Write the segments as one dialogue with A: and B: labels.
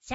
A: シ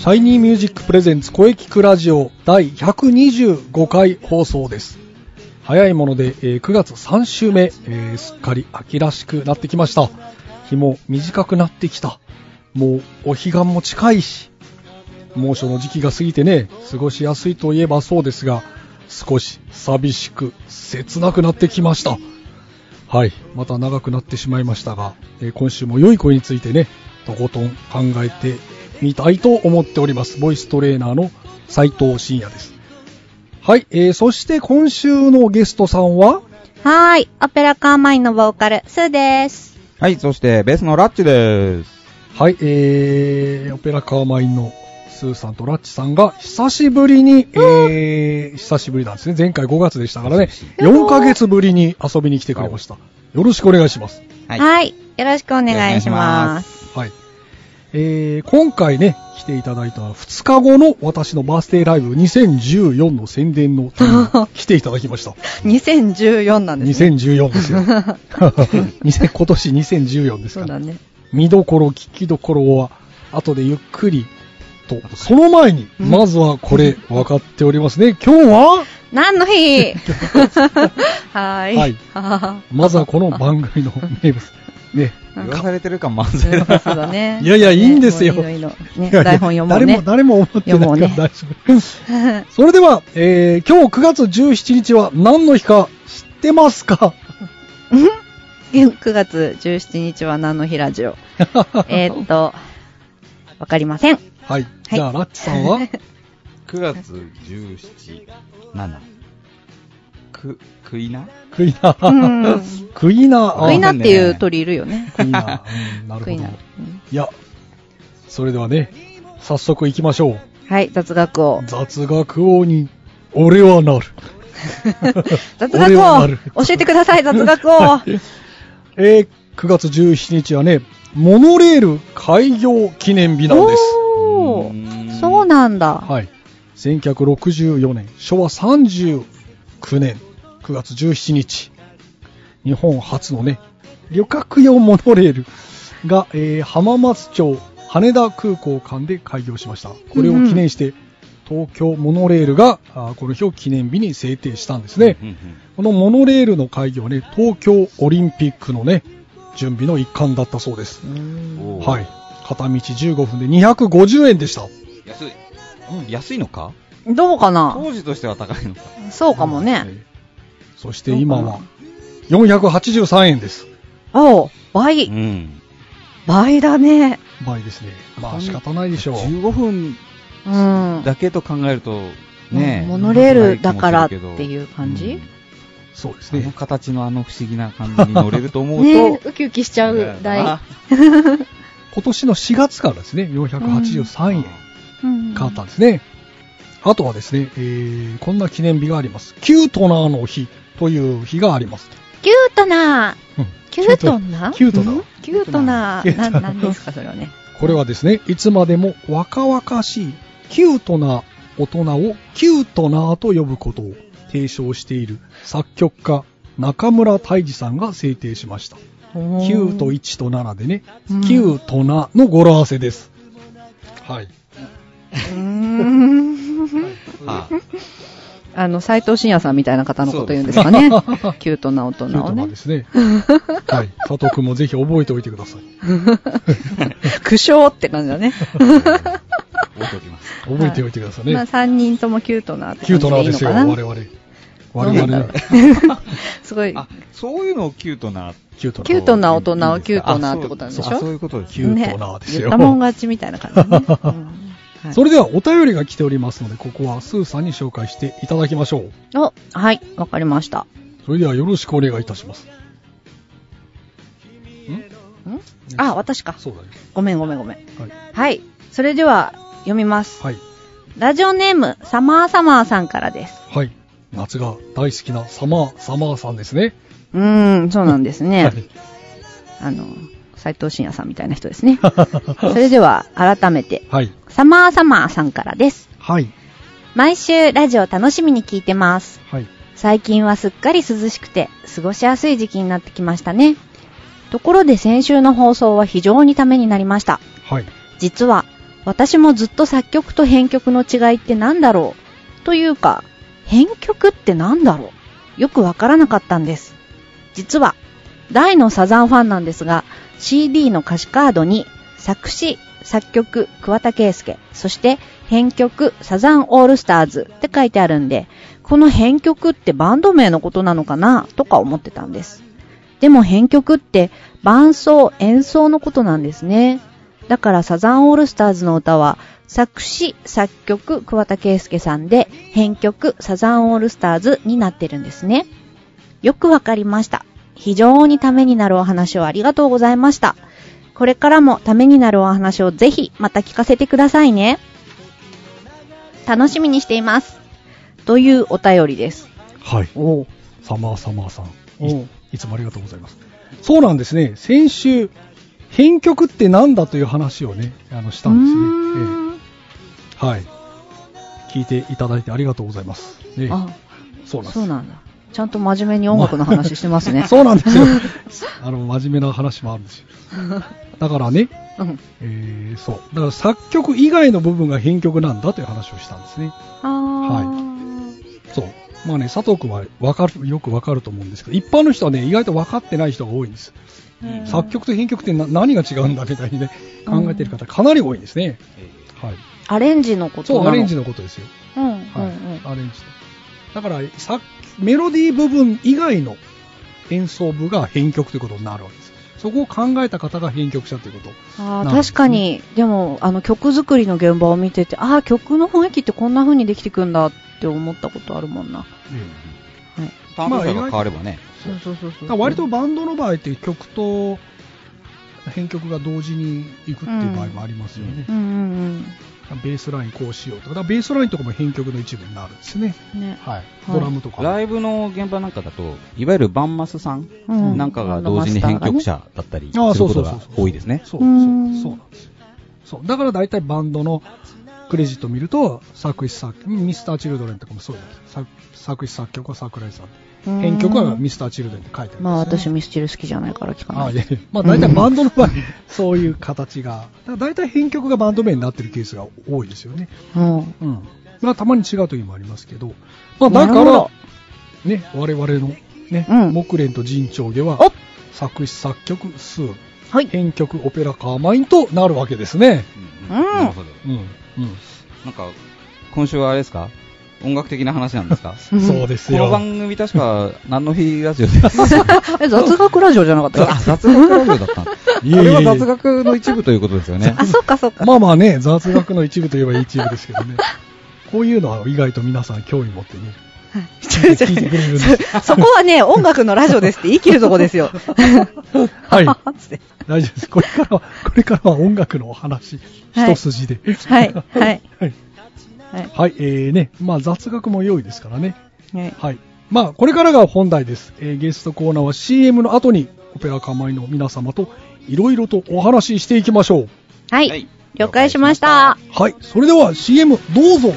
B: シャイニーミュージックプレゼンツ声聞くラジオ第125回放送です。早いもので、えー9月3週目、えーすっかり秋らしくなってきました。日も短くなってきた。もうお彼岸も近いし、猛暑の時期が過ぎてね、過ごしやすいといえばそうですが、少し寂しく、切なくなってきました。はい、また長くなってしまいましたが、えー今週も良い声についてね、とことん考えてみたいと思っております。ボイストレーナーの斉藤慎也です。はい、えー、そして今週のゲストさんは、
C: はーい。オペラカーマインのボーカル、スーです。
D: はい、そして、ベースのラッチです。
B: はい、えー、オペラカーマインのスーさんとラッチさんが久しぶりに、えー、久しぶりなんですね。前回5月でしたからね、4ヶ月ぶりに遊びに来てくれました。よろしくお願いします。
D: は
C: はいい。よろしくお願いします。
B: はい。えー、今回ね、来ていただいた2日後の私のバースデーライブ2014の宣伝のた めに来ていただきました。
C: 2014なんですね。
B: 2014ですよ。2000今年2014です
C: そ
B: か
C: うだ
B: ら。
C: ね。
B: 見どころ、聞きどころは、後でゆっくりと。その前に、
C: うん
B: まずはこれ、分かっておりますね。今日は、
C: 何の日 はー
B: は
C: い。はいい。
B: まずはこの番組の名 物。ね。
C: な
D: 言
C: ん
D: わ
C: か
D: されてる感満 載 だ。
C: そうだね。
B: いやいや、いいんですよ。
C: ねもういろいろね、
B: いやいや
C: 台本読もう
B: 誰
C: ね。
B: も、誰も思ってないから大丈夫。 それでは、えー、今日9月17日は何の日か知ってますか
C: 9月17日は何の日ラジ オ。えーっと、わかり ません。
B: はい。じゃあ、ラッチさん は
D: 9月17、7。く、くいな
B: クイ
C: う
B: ナ。
C: ん。
B: クイナ。
C: クイナっていう鳥いる よね。
B: クイナ。 うんなる
C: ク
B: ほ
C: イ
B: ど
C: ナ。う。ん
B: いや、それではね、早速行きましょう。
C: はい、雑学を。
B: 雑学王に、俺はなる。
C: 雑
B: 俺
C: 学
B: はな
C: を
B: る
C: 教えてください、雑学を。
B: えー、9月17日はね、モノレール開業記念日なんです。
C: お
D: う
C: ー
D: ーん
C: そうなんだ。
B: はい。1964年、昭和39年、9月17日、日本初のね、旅客用モノレールが、えー浜松町羽田空港間で開業しました。これを記念して、東京モノレールが、あーこの日を記念日に制定したんですね。
D: うんうん
B: このモノレールの開業はね、東京オリンピックのね、準備の一環だったそうです。
D: おー
B: はい。片道15分で250円でした。
D: 安い。うん、安いのか
C: どうかな
D: 当時としては高いのか。
C: そうかもね。
B: そして今は483円です。
C: おう、
D: う
C: 倍、
D: ん。
C: 倍だね。
B: 倍ですね。まあ仕方ないでしょう。
D: 15分
C: うん。
D: だけと考えると、ねえ
C: モノレールだからっていう感じ
B: そうです
D: うんあの
B: ね。
D: 形のあの不思議な感じに乗れると思うと。
C: ねウキウキしちゃう
D: ね
C: 台。
D: あ
B: 今年の4月からですね、483円
C: うん
B: 変わったんですね。あとはですね、えーこんな記念日があります。キュートナーの日という日があります。
C: キュートな
B: うん
C: キュートな
B: キュートナー
C: うんキュートな
B: キュート
C: な
B: ナー
C: なんですか、それはね。
B: これはですね、いつまでも若々しい、キュートな大人をキュートなと呼ぶことを提唱している作曲家中村泰治さんが制定しました。9と1と7でね、
C: うん
B: 9と7の語呂合わせです。はい。
C: うー ん
D: あ
C: あの、斎藤慎也さんみたいな方のこと言うんですかね。キュートな大人
B: 9と
C: を
B: 7
C: ね
B: で。す ね。はい。佐藤くんもぜひ覚えておいてください。
C: 苦笑って感じだね。
D: 置いときます。
B: 覚えておいてください
C: まあ、
B: ね。
C: 3人ともキュートなって
B: キュー
C: 感
B: ト
C: じ
B: な
C: でいい
B: で
C: の
B: すよ、
C: か
B: 我
C: な。
B: 々。我々ね、
C: すごい、
D: あ、そういうのをキュートな。
B: キュート
C: キュ
B: な。
C: ートな大人を
D: いいですか
C: キュートなってことなんでしょ
D: あそうあそういうことです
B: キュートなです
C: ね
B: よ。
C: 言ったもん勝ちみたいな感じだね。 うんは い
B: それではお便りが来ておりますので、ここはスーさんに紹介していただきましょう。
C: お、はい、わかりました。
B: それではよろしくお願いいたします。
C: んあ、私か。
B: そうだね。
C: ごめんごめんごめん。
B: はい。
C: はい。それでは、読みます。
B: はい。
C: ラジオネーム、サマーサマーさんからです。
B: はい。夏が大好きなサマー、サマーさんですね。
C: うーん、そうなんですね。
B: はい
C: あの、斎藤慎也さんみたいな人ですね。 それでは、改めて、
B: はい。
C: サマーサマーさんからです。
B: はい。
C: 毎週、ラジオ楽しみに聞いてます。
B: はい。
C: 最近はすっかり涼しくて過ごしやすい時期になってきましたね。ところで先週の放送は非常にためになりました。
B: はい。
C: 実は私もずっと作曲と編曲の違いって何だろうというか、編曲って何だろうよくわからなかったんです。実は大のサザンファンなんですが CD の歌詞カードに作詞、作曲、桑田佳祐、そして編曲サザンオールスターズって書いてあるんで、この編曲ってバンド名のことなのかなとか思ってたんです。でも編曲って伴奏、演奏のことなんですね。だからサザンオールスターズの歌は作詞、作曲、桑田佳祐さんで編曲、サザンオールスターズになってるんですね。よくわかりました。非常にためになるお話をありがとうございました。これからもためになるお話をぜひまた聞かせてくださいね。楽しみにしています。というお便りです。
B: はい。
C: お
B: サマーサマーさん。
C: お
B: いいつもありがとうございます。そうなんですね。先週、編曲ってなんだという話をね、あの、したんですね。ええはい。聞いていただいてありがとうございます。ね、
C: あ、
B: そうなんです。
C: そうなんだ。ちゃんと真面目に音楽の話してますね。
B: そうなんです よ。あの、真面目な話もあるんですよ。だからね、
C: うん。
B: えー、そう。だから作曲以外の部分が編曲なんだという話をしたんですね。
C: ああ。
B: そう。まあね、佐藤君はわかる、よくわかると思うんですけど、一般の人はね、意外と分かってない人が多いんです。
C: うん
B: 作曲と編曲ってな何が違うんだみたいにね、考えてる方かなり多いんですね。はい。
C: アレンジのこと
B: そう、
C: なの
B: アレンジのことですよ。
C: うん、
B: はい。
C: うん、うん。
B: アレンジと。だから、さメロディー部分以外の演奏部が編曲ということになるわけです。そこを考えた方が編曲者ということ。
C: あ
B: なん
C: あ、
B: ですね
C: 確かに、でも、あの、曲作りの現場を見てて、ああ、曲の雰囲気ってこんな風にできてくんだって思ったことあるもんな。はい。
D: 担当者が変わればね。
C: そうそうそうそ
B: だから
C: う。
B: 割とバンドの場合って曲と編曲が同時にいくっていう場合もありますよね
C: う。んうん
B: ベースラインこうしようとか、だからベースラインとかも編曲の一部になるんですね。
C: うん。ね。
B: はい。
C: はい
B: ドラムとか。
D: ライブの現場なんかだと、いわゆるバンマスさん
C: うん
D: なんかが同時に編曲者だったりすることが多いですね。
B: そう
C: う
B: そ
C: ん
B: うそうなんですよ。そう。だから大体バンドのクレジット見ると、作詞作、ミスターチルドレンとかもそうです。作作詞作曲は桜井さん。
C: うん
B: 編曲はミスターチルドレンって書いてあるんですよね、
C: まあ、私、ミスチル好きじゃないから聞か
B: あ
C: ないい。
B: やいやまあ大体バンドの場合、そういう形が、だから大体編曲がバンド名になってるケースが多いですよね。
C: うん。
B: うん。まあたまに違う時もありますけど、まあだか
C: なるほ
B: ら
C: ど、
B: ね、我々のね、
C: うん
B: 木蓮と陣長では
C: お、
B: 作詞作曲数、
C: はい。
B: 編曲オペラカーマインとなるわけですね。
D: うんうんなるほど
B: うん。
D: なんか、今週はあれですか音楽的な話な んですか
B: うん。そうです
D: この
B: よ。
D: 番組確か、何の日ラジオ です
C: え、雑学ラジオじゃなかったっけ
D: あ、雑学ラジオだ ったんだ。あ
B: いえいえいえ
D: れは雑学の一部ということですよね。
C: あ、そっかそっか。
B: まあまあね、雑学の一部といえば一部ですけ どね。こういうのは意外と皆さん興味持ってね、聞いてくれるんです。
C: そこはね、音楽のラジオですって言い切るとこですよ。
B: はい。
C: つって
B: 大丈夫です。これからは、これからは音楽のお話、
C: はい
B: 一筋で。
C: はい、はい、
B: はい。
C: はい。
B: はい、えーね、まあ雑学も良いですからね。
C: はい
B: はい。まあ、これからが本題です。えーゲストコーナーは CM の後に、オペラカマイの皆様といろいろとお話ししていきましょう。
C: はい、
D: はい
C: 了解しました。
B: はい、それでは CM どうぞ。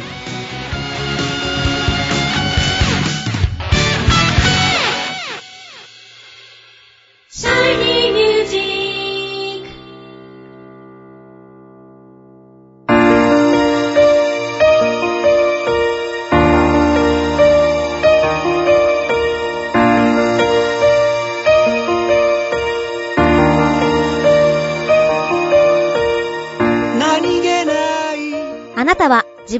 E: Shiny Music!
A: あなたは自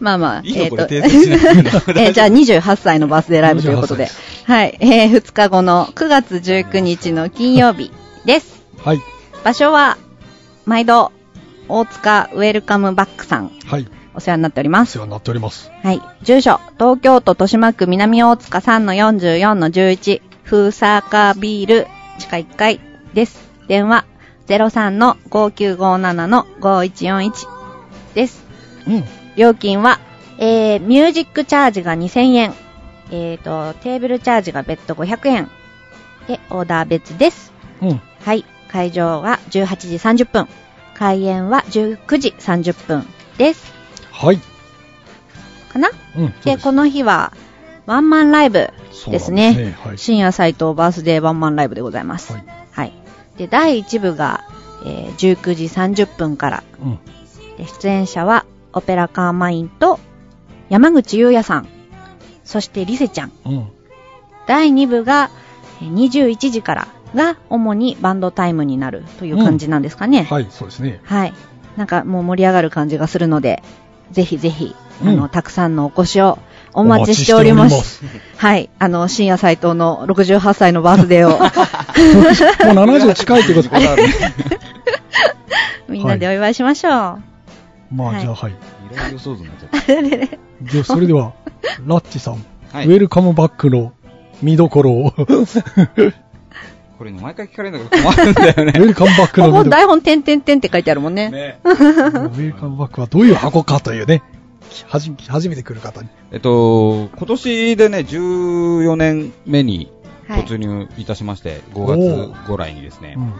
C: まあまあ、
D: いいの
C: ー
D: これ、訂正しなくても
C: えーじゃあ28歳のバースデーライブということ
B: 28
C: で
B: 歳。
C: はい。えー、2日後の9月19日の金曜日です。
B: はい。
C: 場所は、毎度、大塚ウェルカムバックさん、
B: はい。
C: お世話になっており
B: お
C: ます
B: 世。話になっております。
C: はい。住所、東京都豊島区南大塚3-44-11、風サーカービール、地下1階です。電話、03-5957-5141です。
B: うん。
C: 料金は、えー、ミュージックチャージが2000円。えーと、テーブルチャージが別途500円。で、オーダー別です。
B: うん。
C: はい。会場は18時30分。開演は19時30分です。
B: はい。
C: かな
B: うん。そう
C: で、
B: す
C: この日は、ワンマンライブです
B: そ
C: ね。
B: うなんですねはい
C: 深夜斎藤バースデーワンマンライブでございます。
B: は
C: はい
B: い。
C: で、第1部が、えー19時30分から。
B: うん。
C: で出演者は、オペラカーマインと、山口優也さん、そしてリセちゃん。
B: うん。
C: 第2部が、えー21時からが、主にバンドタイムになるという感じなんですかね。
B: はい、そうですね。
C: はい。なんかもう盛り上がる感じがするので、ぜひぜひ、
B: うん
C: あの、たくさんのお越しをお待ちしておりま
B: お待ち
C: す。 はい。あの、深夜斎藤の68歳のバースデーを
B: もう70近いってことで。
C: みんなでお祝いしましょう。
B: ま
C: は
B: あ、
C: い
B: じゃあ、はい。
D: 未来予想図になっちゃった。
B: じゃあ、それ では、ラッチさん、
D: はい
B: ウェルカムバックの見どこ ろを、ウェ
D: これね、毎回聞かれるんだけど困るんだよね。
B: ルカムバックの
C: ここ
B: 見どこ
C: 台本点点点って書いてあるもんね。
D: ね
B: ろ、ウェルカムバックはどういう箱かというね、はじ初めて来る方に。
D: えっと、今年でね、14年目に
C: はい
D: 突入いたしまして、
B: お
D: 5
B: ー
D: 月ご来にですね、
B: うん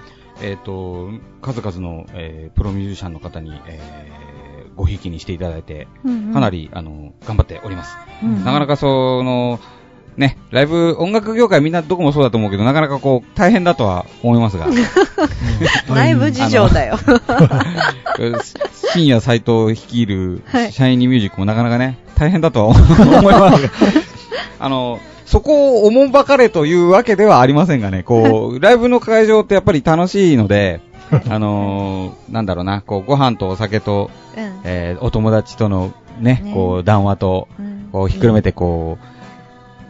D: えっと、数々の、えープロミュージシャンの方に、えごひいきにしていただいて、
A: うんうん
D: かなり、あの、頑張っております。
A: うん
D: なかなかその、ね、ライブ、音楽業界みんなどこもそうだと思うけど、なかなかこう、大変だとは思いま すが、
A: だいぶ事情だよ。
D: 深夜斎藤率いる
A: はい、
D: シャイニーミュージックもなかなかね、大変だとは思 いますが、あの、そこをおもんばかれというわけではありませんがね、こ う、ライブの会場ってやっぱり楽しいので、あのーなんだろうな、こう、ご飯とお酒と、
A: うん
D: えーお友達とのね、
A: ね
D: こう、談話と、
A: うん
D: こう、ひっくるめてこう、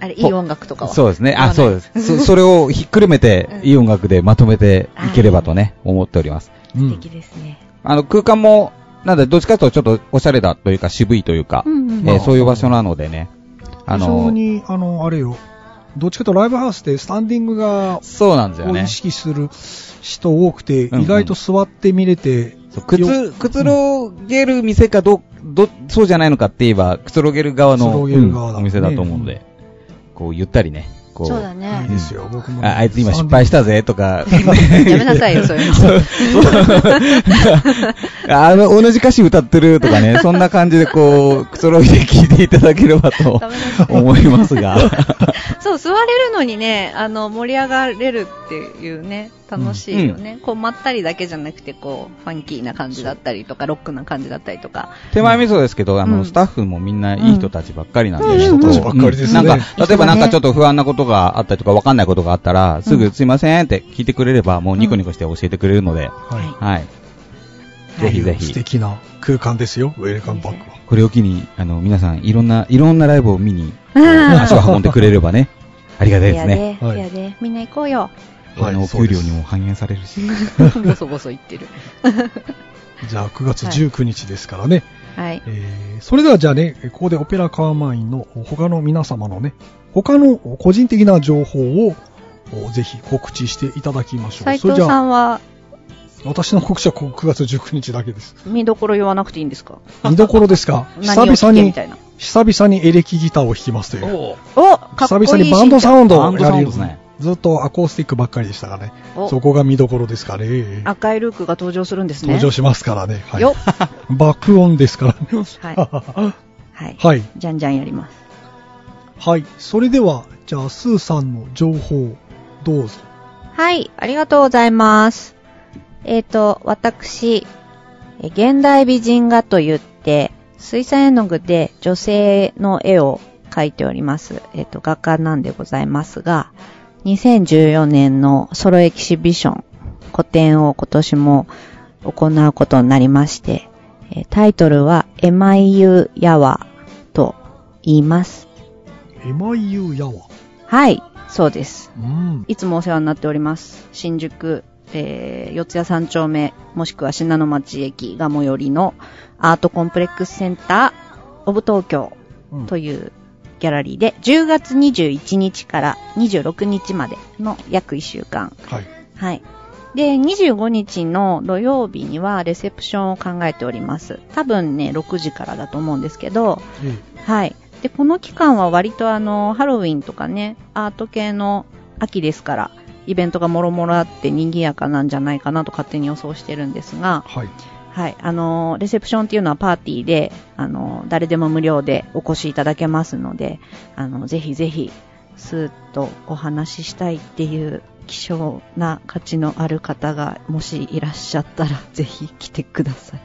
A: あれ、いい音楽とかは。
D: そうですね。
A: 言わな
D: あ、
A: い
D: そうです。そ それをひっくるめて
A: うん、
D: いい音楽でまとめていければとね、思っております。
B: うん
A: 素敵ですね。
D: あの、空間も、なんで、どっちかというとちょっとおしゃれだというか渋いというか、
A: ん
D: えーそういう場所なのでね。あ
B: 非常
D: の、
B: に、あの、あれよ、どっちかというとライブハウスでスタンディングが、
D: そうなんですよ
B: を
D: ね
B: 意。識する人多くて、
D: うんうん
B: 意外と座って見れて、
D: そうくつ、くつろげる店かど、ど、そうじゃないのかって言えば、くつろげる側
B: くつ
D: の、
B: ろげる側だ
D: うんお店だと思うので、こう、ゆったりね、こう、
A: そうだ
B: いい
A: ね。
B: ですよ、僕も。
D: ああいつ今失敗
B: し
D: したぜ とか、
A: やめなさいよ、そういうの。
D: あの、同じ歌詞歌ってるとかね、そんな感じでこう、くつろいで聞いていただければと
A: ダメだ
D: 思いますが、
A: そう、座れるのにね、あの、盛り上がれるっていうね、楽しいよね。こう、まったりだけじゃなくて、こう、ファンキーな感じだったりとか、ロックな感じだったりとか。
D: 手前味噌ですけど、あ
A: う
D: の、
A: ん
D: スタッフもみんないい人たちばっかりなんで、
B: うんうんうんいい人たちばっかりですね
D: なんか、例えばなんかちょっと不安なことがあったりとか、わかんないことがあったら、すぐすいませんって聞いてくれれば、もうニコニコして教えてくれるので、
B: た。はい。
D: はい。ぜひぜ
B: 素
D: ひ、
B: 敵な空間ですよ、ウェルカムバックは。
D: これを機に、あの、皆さん、いろんな、いろんなライブを見に、
A: うん
D: 足を運んでくれればね、ありがたいです
A: や
D: ね。
A: で、
B: はい
A: やで、みんな行こう よ。
D: あの、お
B: そうで
D: 給料
B: す
D: にも反映されるし。
A: ボソボソ言ってる。
B: じゃあ、9月19日ですからね。
A: はい。
B: えーそれではじゃあね、ここでオペラカーマインの他の皆様のね、他の個人的な情報をおぜひ告知していただきましょう。
A: 斉
B: それ
A: 藤
B: じゃ
A: さ
B: あ、
A: んは、
B: 私の告知はこ9月19日だけです。
A: 見どころ言わなくていいんですか
B: 見どころですか
A: 何を聞
B: 久々
A: けみ
B: に
A: た、いな。
B: 久々にエレキギターを弾きますという。
D: お
A: おかっこい
B: 久
A: い
B: 々にバンドサウンド
D: バン
B: を
D: ド
B: や
D: サウン
B: る
D: ドですね。
B: ずっとアコースティックばっかりでしたからね。
A: お
B: そこが見どころですかね。
A: 赤いルークが登場するんですね。
B: 登場しますからね。はい
A: よ
B: 爆音ですからね。
A: はい。はい。
B: はい。
A: じゃんじゃんやります。
B: はい。それでは、じゃあ、スーさんの情報、どうぞ。
C: はい、ありがとうございます。えっ、と、私、え現代美人画と言って、水彩絵の具で女性の絵を描いております、えっ、と、画家なんでございますが、2014年のソロエキシビション、個展を今年も行うことになりまして、えータイトルは、エマイユヤワと言います。
B: MIU やわ。
C: はい、そうです。
B: うん。
A: いつもお世話になっております。新宿、えー、四谷三丁目、もしくは信濃町駅が最寄りのアートコンプレックスセンターオブ東京
B: うん
C: というギャラリーで、10月21日から26日までの約1週間。
B: はい。
C: はい。で、25日の土曜日にはレセプションを考えております。多分ね、6時からだと思うんですけど、
B: え
C: はい。で、この期間は割とあの、ハロウィンとかね、アート系の秋ですから、イベントがもろもろあって賑やかなんじゃないかなと勝手に予想してるんですが、
B: はい。
C: はい。あの、レセプションっていうのはパーティーで、あの、誰でも無料でお越しいただけますので、あの、ぜひぜひ、スーッとお話ししたいっていう希少な価値のある方が、もしいらっしゃったら、 ぜひ来てください。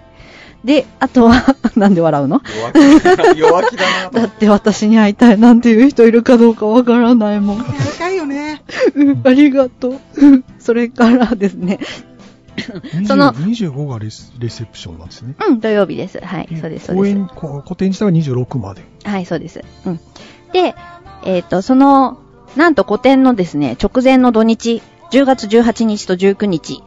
C: で、あとは、 なんで笑うの
D: 弱気弱気だな
C: だって私に会いたいなんていう人いるかどうかわからないもん。
F: 柔らかいよね。
C: うんありがとう。うんそれからですね。 その
B: 20 25がレスレセプションなんですね。
C: うん、土曜日です。はい、そうです、そう
B: 公
C: で
B: 演、こ個展自体は26まで。
C: す。はい、そうです。うん。で、えっ、と、その、なんと古典のですね、直前の土日、10月18日と19日、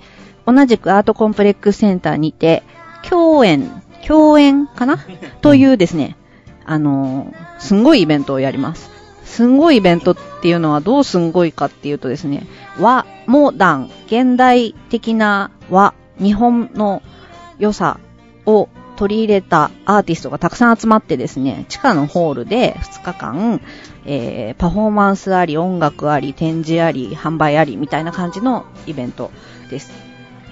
C: 同じくアートコンプレックスセンターにて、共演、共演かなというですね、あのーすんごいイベントをやります。すんごいイベントっていうのはどうすんごいかっていうとですね、和、モダン、現代的な和、日本の良さを取り入れたアーティストがたくさん集まってですね、地下のホールで2日間、えーパフォーマンスあり、音楽あり、展示あり、販売あり、みたいな感じのイベントです。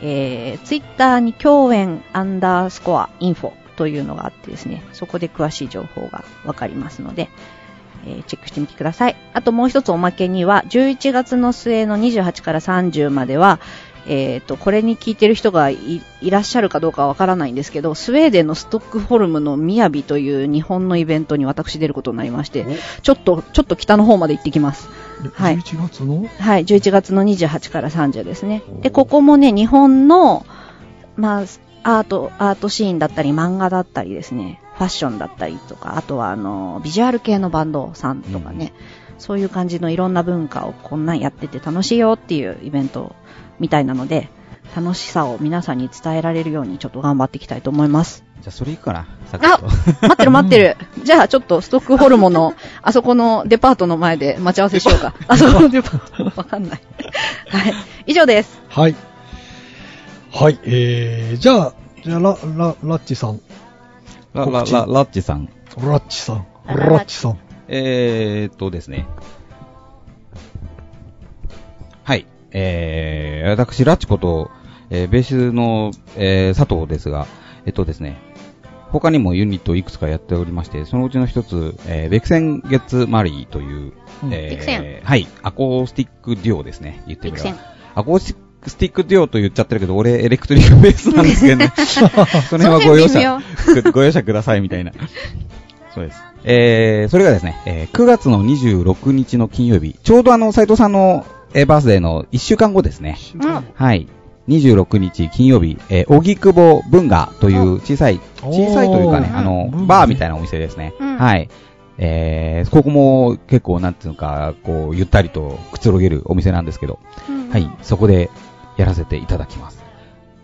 C: えー、ツイッターに共演アンダースコアインフォというのがあってですね、そこで詳しい情報がわかりますので、えーチェックしてみてください。あともう一つおまけには、11月の末の28から30までは、えっ、と、これに聞いてる人がいいらっしゃるかどうかはわからないんですけど、スウェーデンのストックホルムの雅という日本のイベントに私出ることになりまして、ちょっと、ちょっと北の方まで行ってきます。はい
B: 11月の
C: はい、11月の28から30ですね。で、ここもね、日本の、まあ、アート、アートシーンだったり、漫画だったりですね、ファッションだったりとか、あとは、あの、ビジュアル系のバンドさんとかね、そういう感じのいろんな文化をこんなんやってて楽しいよっていうイベントみたいなので、楽しさを皆さんに伝えられるようにちょっと頑張っていきたいと思います。
D: じゃあ、それいいかな、サクッ
C: あ
D: と。、
C: 待ってる待ってる。じゃあちょっとストックホルモンの、あそこのデパートの前で待ち合わせしようか。あそこのデパート。わかんない。はい。以上です。
B: はい。はい、えー、じゃあ、じゃあ、ラ、ラ、ラッチさん。
D: ラ、ラ、ラ、ラ
B: 告知
D: ッチさん。
B: ラッチさん。ラッチさん。
D: えー、っとですね。はい。えー、私、ラッチこと、えーベースの、えー佐藤ですが、えっとですね、他にもユニットをいくつかやっておりまして、そのうちの一つ、えーベクセン・ゲッツ・マリーという、
B: うん
D: えー
A: ベクセン
D: はい、アコースティックデュオですね、言ってみれ
A: ベ
D: ば
A: クセ。
D: アコースティックスティックデュオと言っちゃってるけど、俺エレクトリックベースなんですけ どね。その辺はご容赦、 ご容赦くださいみたいな。そうです。えー、それがですね、えー9月の26日の金曜日、ちょうどあの、斉藤さんの、えーバースデーの1週間後ですね。はい。26日金曜日、えー、荻窪文雅という小さい、
B: お
D: 小さいというかね、
B: おー
D: あの
B: 文雅ね、
D: バーみたいなお店ですね。
A: うん
D: はい。えー、ここも結構なんていうか、こう、ゆったりとくつろげるお店なんですけど、はい、そこでやらせていただきます。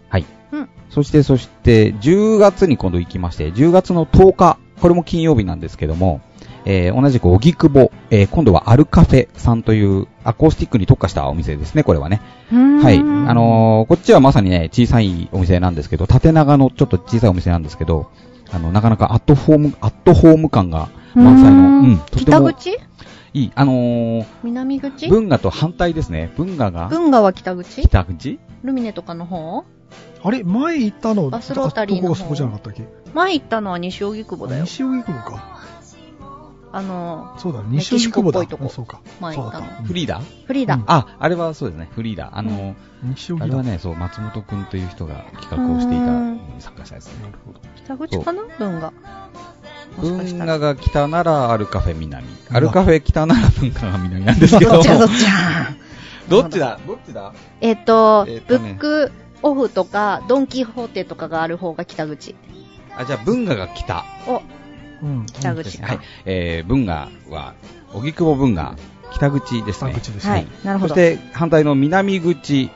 D: はい。
A: うん
D: そして、そして、10月に今度行きまして、10月の10日、これも金曜日なんですけども、えー同じく荻窪、えー今度はアルカフェさんというアコースティックに特化したお店ですね、これはね。はい。あのーこっちはまさにね、小さいお店なんですけど、縦長のちょっと小さいお店なんですけど、あの、なかなかアットホーム、アットホーム感が満載の、うん、とて
C: 北
D: も
C: 口
D: いい。あのー
C: 南口
D: 文化と反対ですね。文化が
C: 群馬は北口
D: 北口
C: ルミネとかの方
B: あれ前行ったの、
C: バスロータリーの
B: あ
C: 方
B: そこがそこじゃなかったっけ
C: 前行ったのは西荻窪だよ。
B: 西荻窪か。
C: あの、
B: そうだ、
C: メ
B: 西
C: キシ
B: 荻
C: コ
B: 窪
C: っ
B: だ。
C: ぽいとこ
B: あそうか。
C: 前行ったの
B: そうだ
D: フリーダ
C: フリーダ。
B: うん
D: あ、あれはそうですね、フリーダ。あの、
B: 西
D: あ
B: 荻
D: れは
B: だ。
D: ね、そう、松本くんという人が企画をしていたうん作家者ですね。なるほど。
C: 北口かな群馬。もしかした
D: 文化
C: ら。
D: が北ならアルカフェ南。
B: ん
D: アルカフェ北なら文化が南なんですけ
C: ど
D: ど
C: っち。だどっちだ
D: どっちだどっちだ
C: えっと、
D: えっ
C: ブ
D: とね
C: ックオフとか、ドンキホーテとかがある方が北口。
D: あ、じゃあ文化が北。
C: お、
B: うん。
C: 北口か。
D: はい。えー、文化は、荻窪文化、北口です
B: 北
D: ね。
B: 口です
C: は
B: ね
C: い。。なるほど。
D: そして反対の南口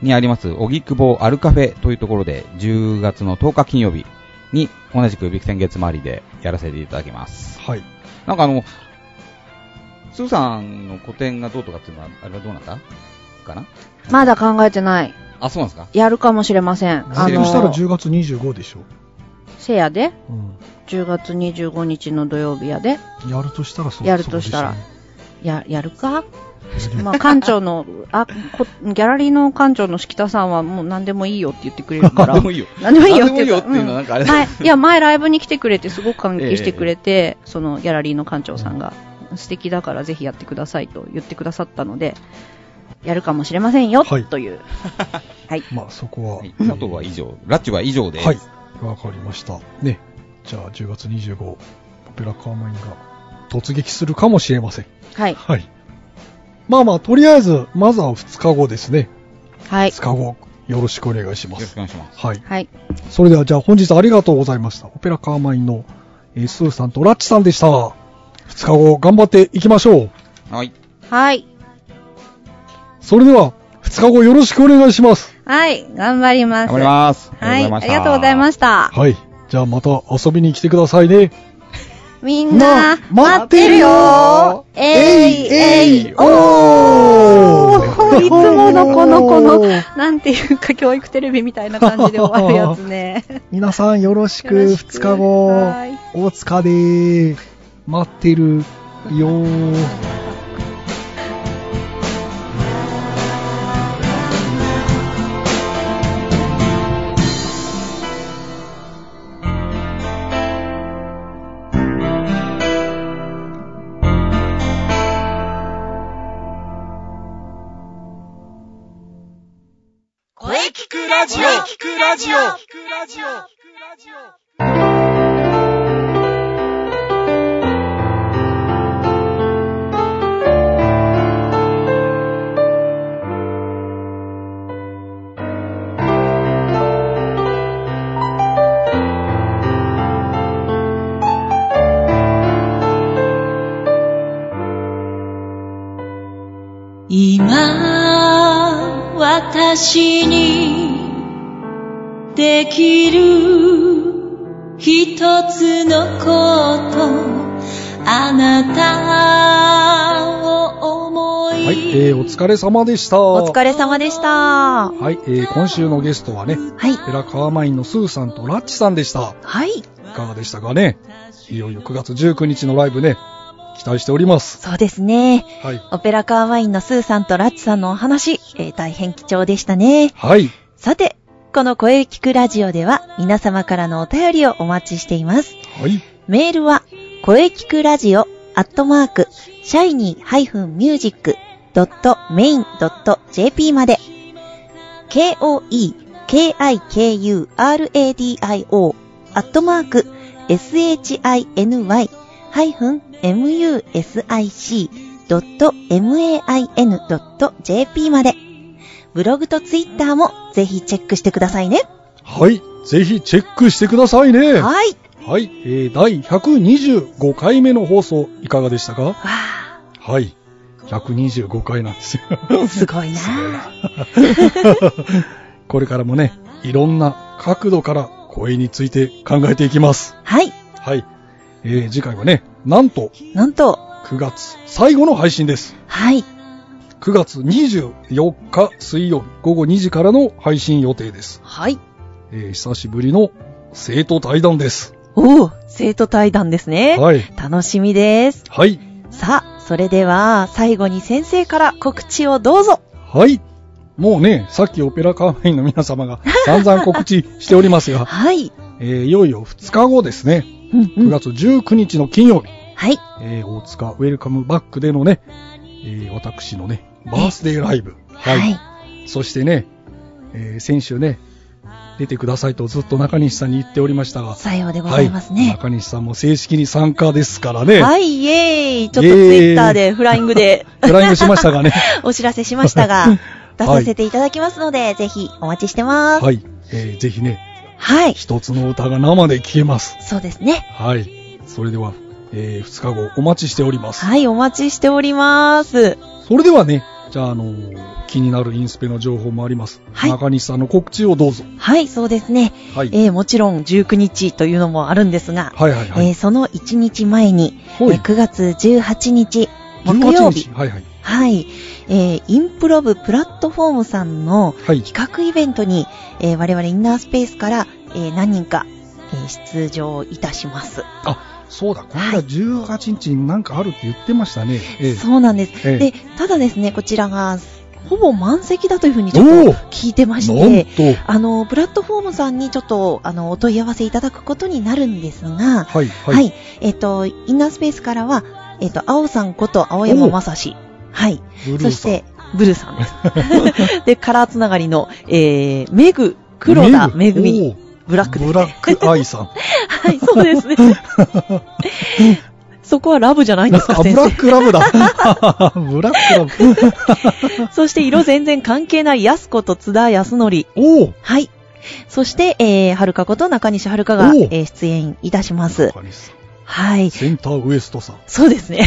D: にあります、荻窪アルカフェというところで、10月の10日金曜日に、同じくビクセン月回りでやらせていただきます。
B: はい。
D: なんかあの、スーさんの個展がどうとかっていうのは、あれはどうなったかな
C: まだ考えてない。
D: あ、そうなんですか
C: やるかもしれません。
B: そ
C: あの
B: したら10月25でしょ。
C: せやで、
B: うん。
C: 10月25日の土曜日やで、
B: やるとしたらそう
C: やるとしたら
B: そ
C: や、やるか
B: うですね
C: まあ、館長の、あ、こギャラリーの館長の敷田さんはもう何でもいいよって言ってくれるから。
D: でもいいよ。
C: 何でもいいよ
D: 何でもいいよっていうのはなんかあれだ
C: 前、いや、前ライブに来てくれて、すごく歓迎してくれて、そのギャラリーの館長さんが、素敵だからぜひやってくださいと言ってくださったので、やるかもしれませんよ、
B: はい
C: という。
B: まあそこは。
D: はいあとは以上。ラッチは以上です。
B: はい。わかりました。ね。じゃあ10月25、ポペラカーマインが突撃するかもしれません。
C: はい。
B: はい。まあまあ、とりあえず、まずは2日後ですね。
C: はい。
B: 2日後、よろしくお願いしま
D: よろし
B: す
D: くお。願いします。
B: はい。
C: はい。
B: それでは、じゃあ本日ありがとうございました。オペラカーマインの、えースーさんとラッチさんでした。2日後、頑張っていきましょう。
D: はい。
C: はい。
B: それでは、2日後よろしくお願いします。
C: はい。頑張ります。
D: 頑張ります。
C: はい。ありがとうございま
D: し
C: した。
B: はい。じゃあまた遊びに来てくださいね。
C: みんな、
B: ま待ってるよ
C: えい、えい、
B: お
C: おいつものこのこの、なんていうか教育テレビみたいな感じで終わるやつね。
B: 皆さんよろし
C: よ
B: く、
C: ろしく
B: 2日後
C: はい、
B: 大塚でー、待ってるよー。
G: 「
H: ラジオ聞くラジオ今私にできる一つのことあなたを思い、
B: はい、えー、お疲れ様でした。
I: お疲れ様でした。
B: はい、えー、今週のゲストはね、
I: はい。
B: エラカーマインのスーさんとラッチさんでした。
I: はい。
B: いかがでしたかねいよいよ9月19日のライブね、期待しております。
I: そうですね。
B: はい。
I: オペラカーワインのスーさんとラッチさんのお話、えー大変貴重でしたね。
B: はい。
I: さて、この声聞くラジオでは皆様からのお便りをお待ちしています。
B: はい。
I: メールは、声聞くラジオ、アットマーク、シャイニー -music.main.jp まで、k-o-e-k-i-k-u-r-a-d-i-o、アットマーク、shiny-music.main.jp まで、ブログとツイッターもぜひチェックしてくださいね。
B: はい。ぜひチェックしてくださいね。は
I: はい。
B: い。えー、第125回目の放送、いかがでしたか
I: わあ、
B: はい。125回なんですよ。
I: すごいな。
B: これからもね、いろんな角度から声について考えていきます。
I: はい。
B: はい。えー、次回はね、なんと
I: なんと、
B: 9月最後の配信です。
I: はい。
B: 9月24日水曜日午後2時からの配信予定です。
I: はい。
B: えー久しぶりの生徒対談です。
I: おお、生徒対談ですね。
B: はい。
I: 楽しみです。
B: はい。
I: さあ、それでは、最後に先生から告知をどうぞ。
B: はい。もうね、さっきオペラカーメインの皆様が散々告知しております が、
I: はい。
B: えーいよいよ2日後ですね、
I: うんう
B: 9
I: ん。
B: 月19日の金曜日、
I: はい。
B: えー大塚ウェルカムバックでのね、えー私のね、バースデーライブ。
I: はい。
B: そしてね、えー先週ね、出てくださいとずっと中西さんに言っておりましたが、
I: さようでございますね。
B: 中西さんも正式に参加ですからね。
I: はい、イエーイ。ちょっとツイッターでフライングで
B: フライングしましたがね。
I: お知らせしましたが、 出させていただきますので、ぜひお待ちしてます。
B: はい。えーぜひね、
I: はい。
B: 一つの歌が生で聴けます。
I: そうですね。
B: はい。それでは、え2日後お待ちしております。
I: はい、お待ちしております。
B: それではね、じゃあ、あのー気になるインスペの情報もあります。
I: はい
B: 中西さんの告知をどうぞ。
I: はい、そうですね。
B: はい。
I: えー、もちろん19日というのもあるんですが、
B: はいはいはい。
I: えーその1日前に、
B: ほい
I: えー9月18日木
B: 18
I: 曜
B: 日
I: 日、
B: はいはい。
I: はい、えーインプロブプラットフォームさんの
B: はい。
I: 企画イベントに、えー我々インナースペースから、えー何人か、えー出場いたします。
B: そうだ、この間18日になんかあるって言ってましたね。ええ
I: そうなんです。
B: ええ
I: で、ただですね、こちらが、ほぼ満席だというふうにち
B: お
I: ょ
B: お
I: っと聞いてまし
B: なん
I: て、
B: と、
I: あの、プラットフォームさんにちょっと、あの、お問い合わせいただくことになるんですが、
B: はい
I: は。
B: はいい。
I: えっ、と、インナースペースからは、えっ、と、青さんこと青山正史。はい。
B: ブルーさん
I: そして、ブルーさんです。 で、カラーつながりの、えー、メグ、黒田、めぐみ、。ブ
B: ブ
I: ラックです
B: ブラ
I: ね。
B: ックアイさん。
I: はい、そうですね。 そこはラブじゃないんですか、
B: あ、ブ
I: 先
B: ラッ
I: 生。
B: ク ラブだ。ブラックラブ。
I: そして、色全然関係ない安子と津田康則。
B: おお
I: はい。そして、えー、はるかこと中西はるかが、
B: おう
I: えー出演いたします。
B: 中西さん
I: はい。
B: センターウエストさん。
I: そうです ね。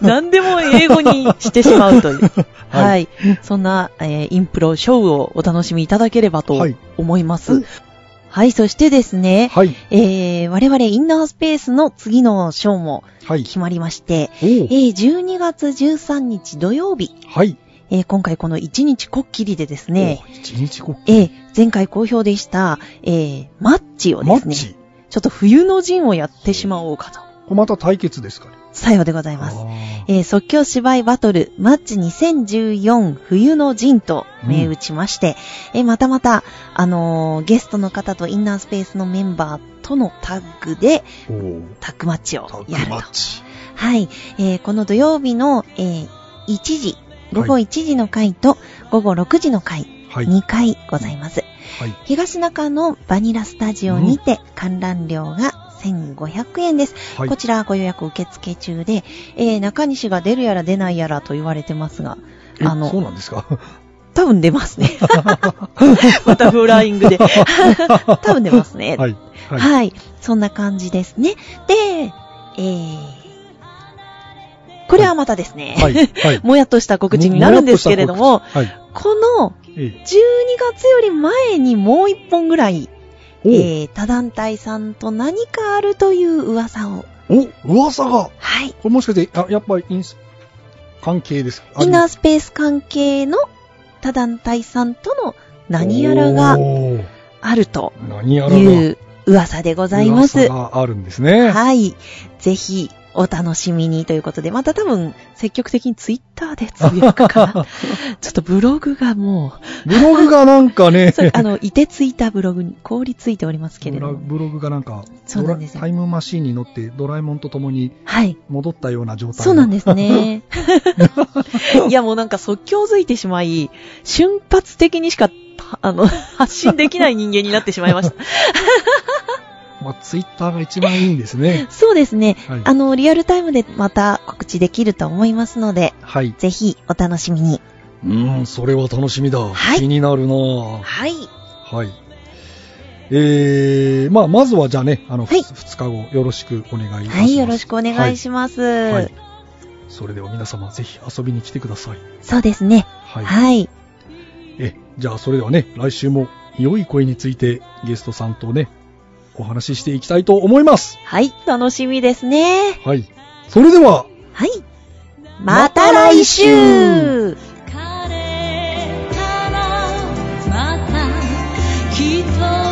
I: 何でも英語にしてしまうという。
B: は
I: はい。そんな、えーインプロショーをお楽しみいただければと
B: はい
I: 思います。はい、そしてですね、
B: はい。
I: えー我々インナースペースの次のショーも
B: はい。
I: 決まりまして、
B: おお
I: えー12月13日土曜日、
B: はい。
I: えー今回この1日こっきりでですね、
B: おー一日後。
I: えー前回好評でした、えーマッチを
B: マ
I: です
B: ッ
I: ね、
B: チ。
I: ちょっと冬の陣をやってしまおうかと。
B: これまた対決ですかね。
I: さようでございます。
B: あ
I: えー即興芝居バトルマッチ2014冬の陣と銘打ちまして、えーまたまた、あのーゲストの方とインナースペースのメンバーとのタッグで
B: ーおー
I: タッグマッチ
B: タ
I: をや
B: ッ
I: る
B: グマ
I: と
B: ッ。チ。
I: はい、えーこの土曜日の、えー1時、午後1時の回と午後6時の回、
B: はい。
I: 2回ございます。
B: はい。
I: 東中のバニラスタジオにて観覧料が1500円です。
B: はい
I: こ。ちらご予約受付中で、えー、中西が出るやら出ないやらと言われてますが、
B: え
I: あの
B: そうなんですか
I: 多分出ます ね。またフライングで。多分出ますね。
B: はい。
I: はい、
B: はい。
I: そんな感じですね。で、えー、これはまたですね、
B: はい。はい。
I: もやっとした告知になるんですけれども、
B: はい。
I: この
B: え
I: 12月より前にもう一本ぐらい、え
B: え
I: ー、他団体さんと何かあるという噂を、
B: お、お、噂が、
I: はい、
B: これもしかして、あ、やっぱりインス、関係です。あ
I: インナースペース関係の他団体さんとの何やらが
B: おー
I: あると
B: 何やらが。
I: いう噂でございます
B: 噂。があるんですね。
I: はい。ぜひ、お楽しみにということで、また多分、積極的にツイッターでつぶやくか ちょっとブログがも
B: ブログがなんか
I: う、
B: ね、
I: そうあの、いてついたブログに凍りついておりますけれ
B: ブ
I: ど
B: ロ
I: も。
B: ブログがなんか
I: そうなんですよ
B: ドラタイムマシーンに乗ってドラえもんと共に
I: はい。
B: 戻ったような状態
I: そうなん
B: す。
I: ですね。 いや、もうなんか即興づいてしまい、瞬発的にしか、あの、 発信できない人間になってしまいま した。。
B: まあ、ツイッターが一番いいんですね
I: そうですね。
B: はい。
I: あの、リアルタイムでまた告知できると思いますので、
B: はい。
I: ぜひお楽しみに。
B: うーん、それは楽しみだ。
I: はい
B: 気になるなぁ
I: はい。
B: はい。えー、まあ、まずはじゃあね、あの、
I: はい
B: ふつ2日後、よろしくお願いいたします。
I: はい、よろしくお願いします。
B: まはい。それでは皆様、ぜひ遊びに来てください。
I: そうですね。
B: はい。
I: はい。
B: え、じゃあ、それではね、来週も、良い声について、ゲストさんとね、お話ししていきたいと思います。
I: はい、楽しみですね。
B: はい。それでは、
I: はい。また来週
E: 枯れたらまた一つ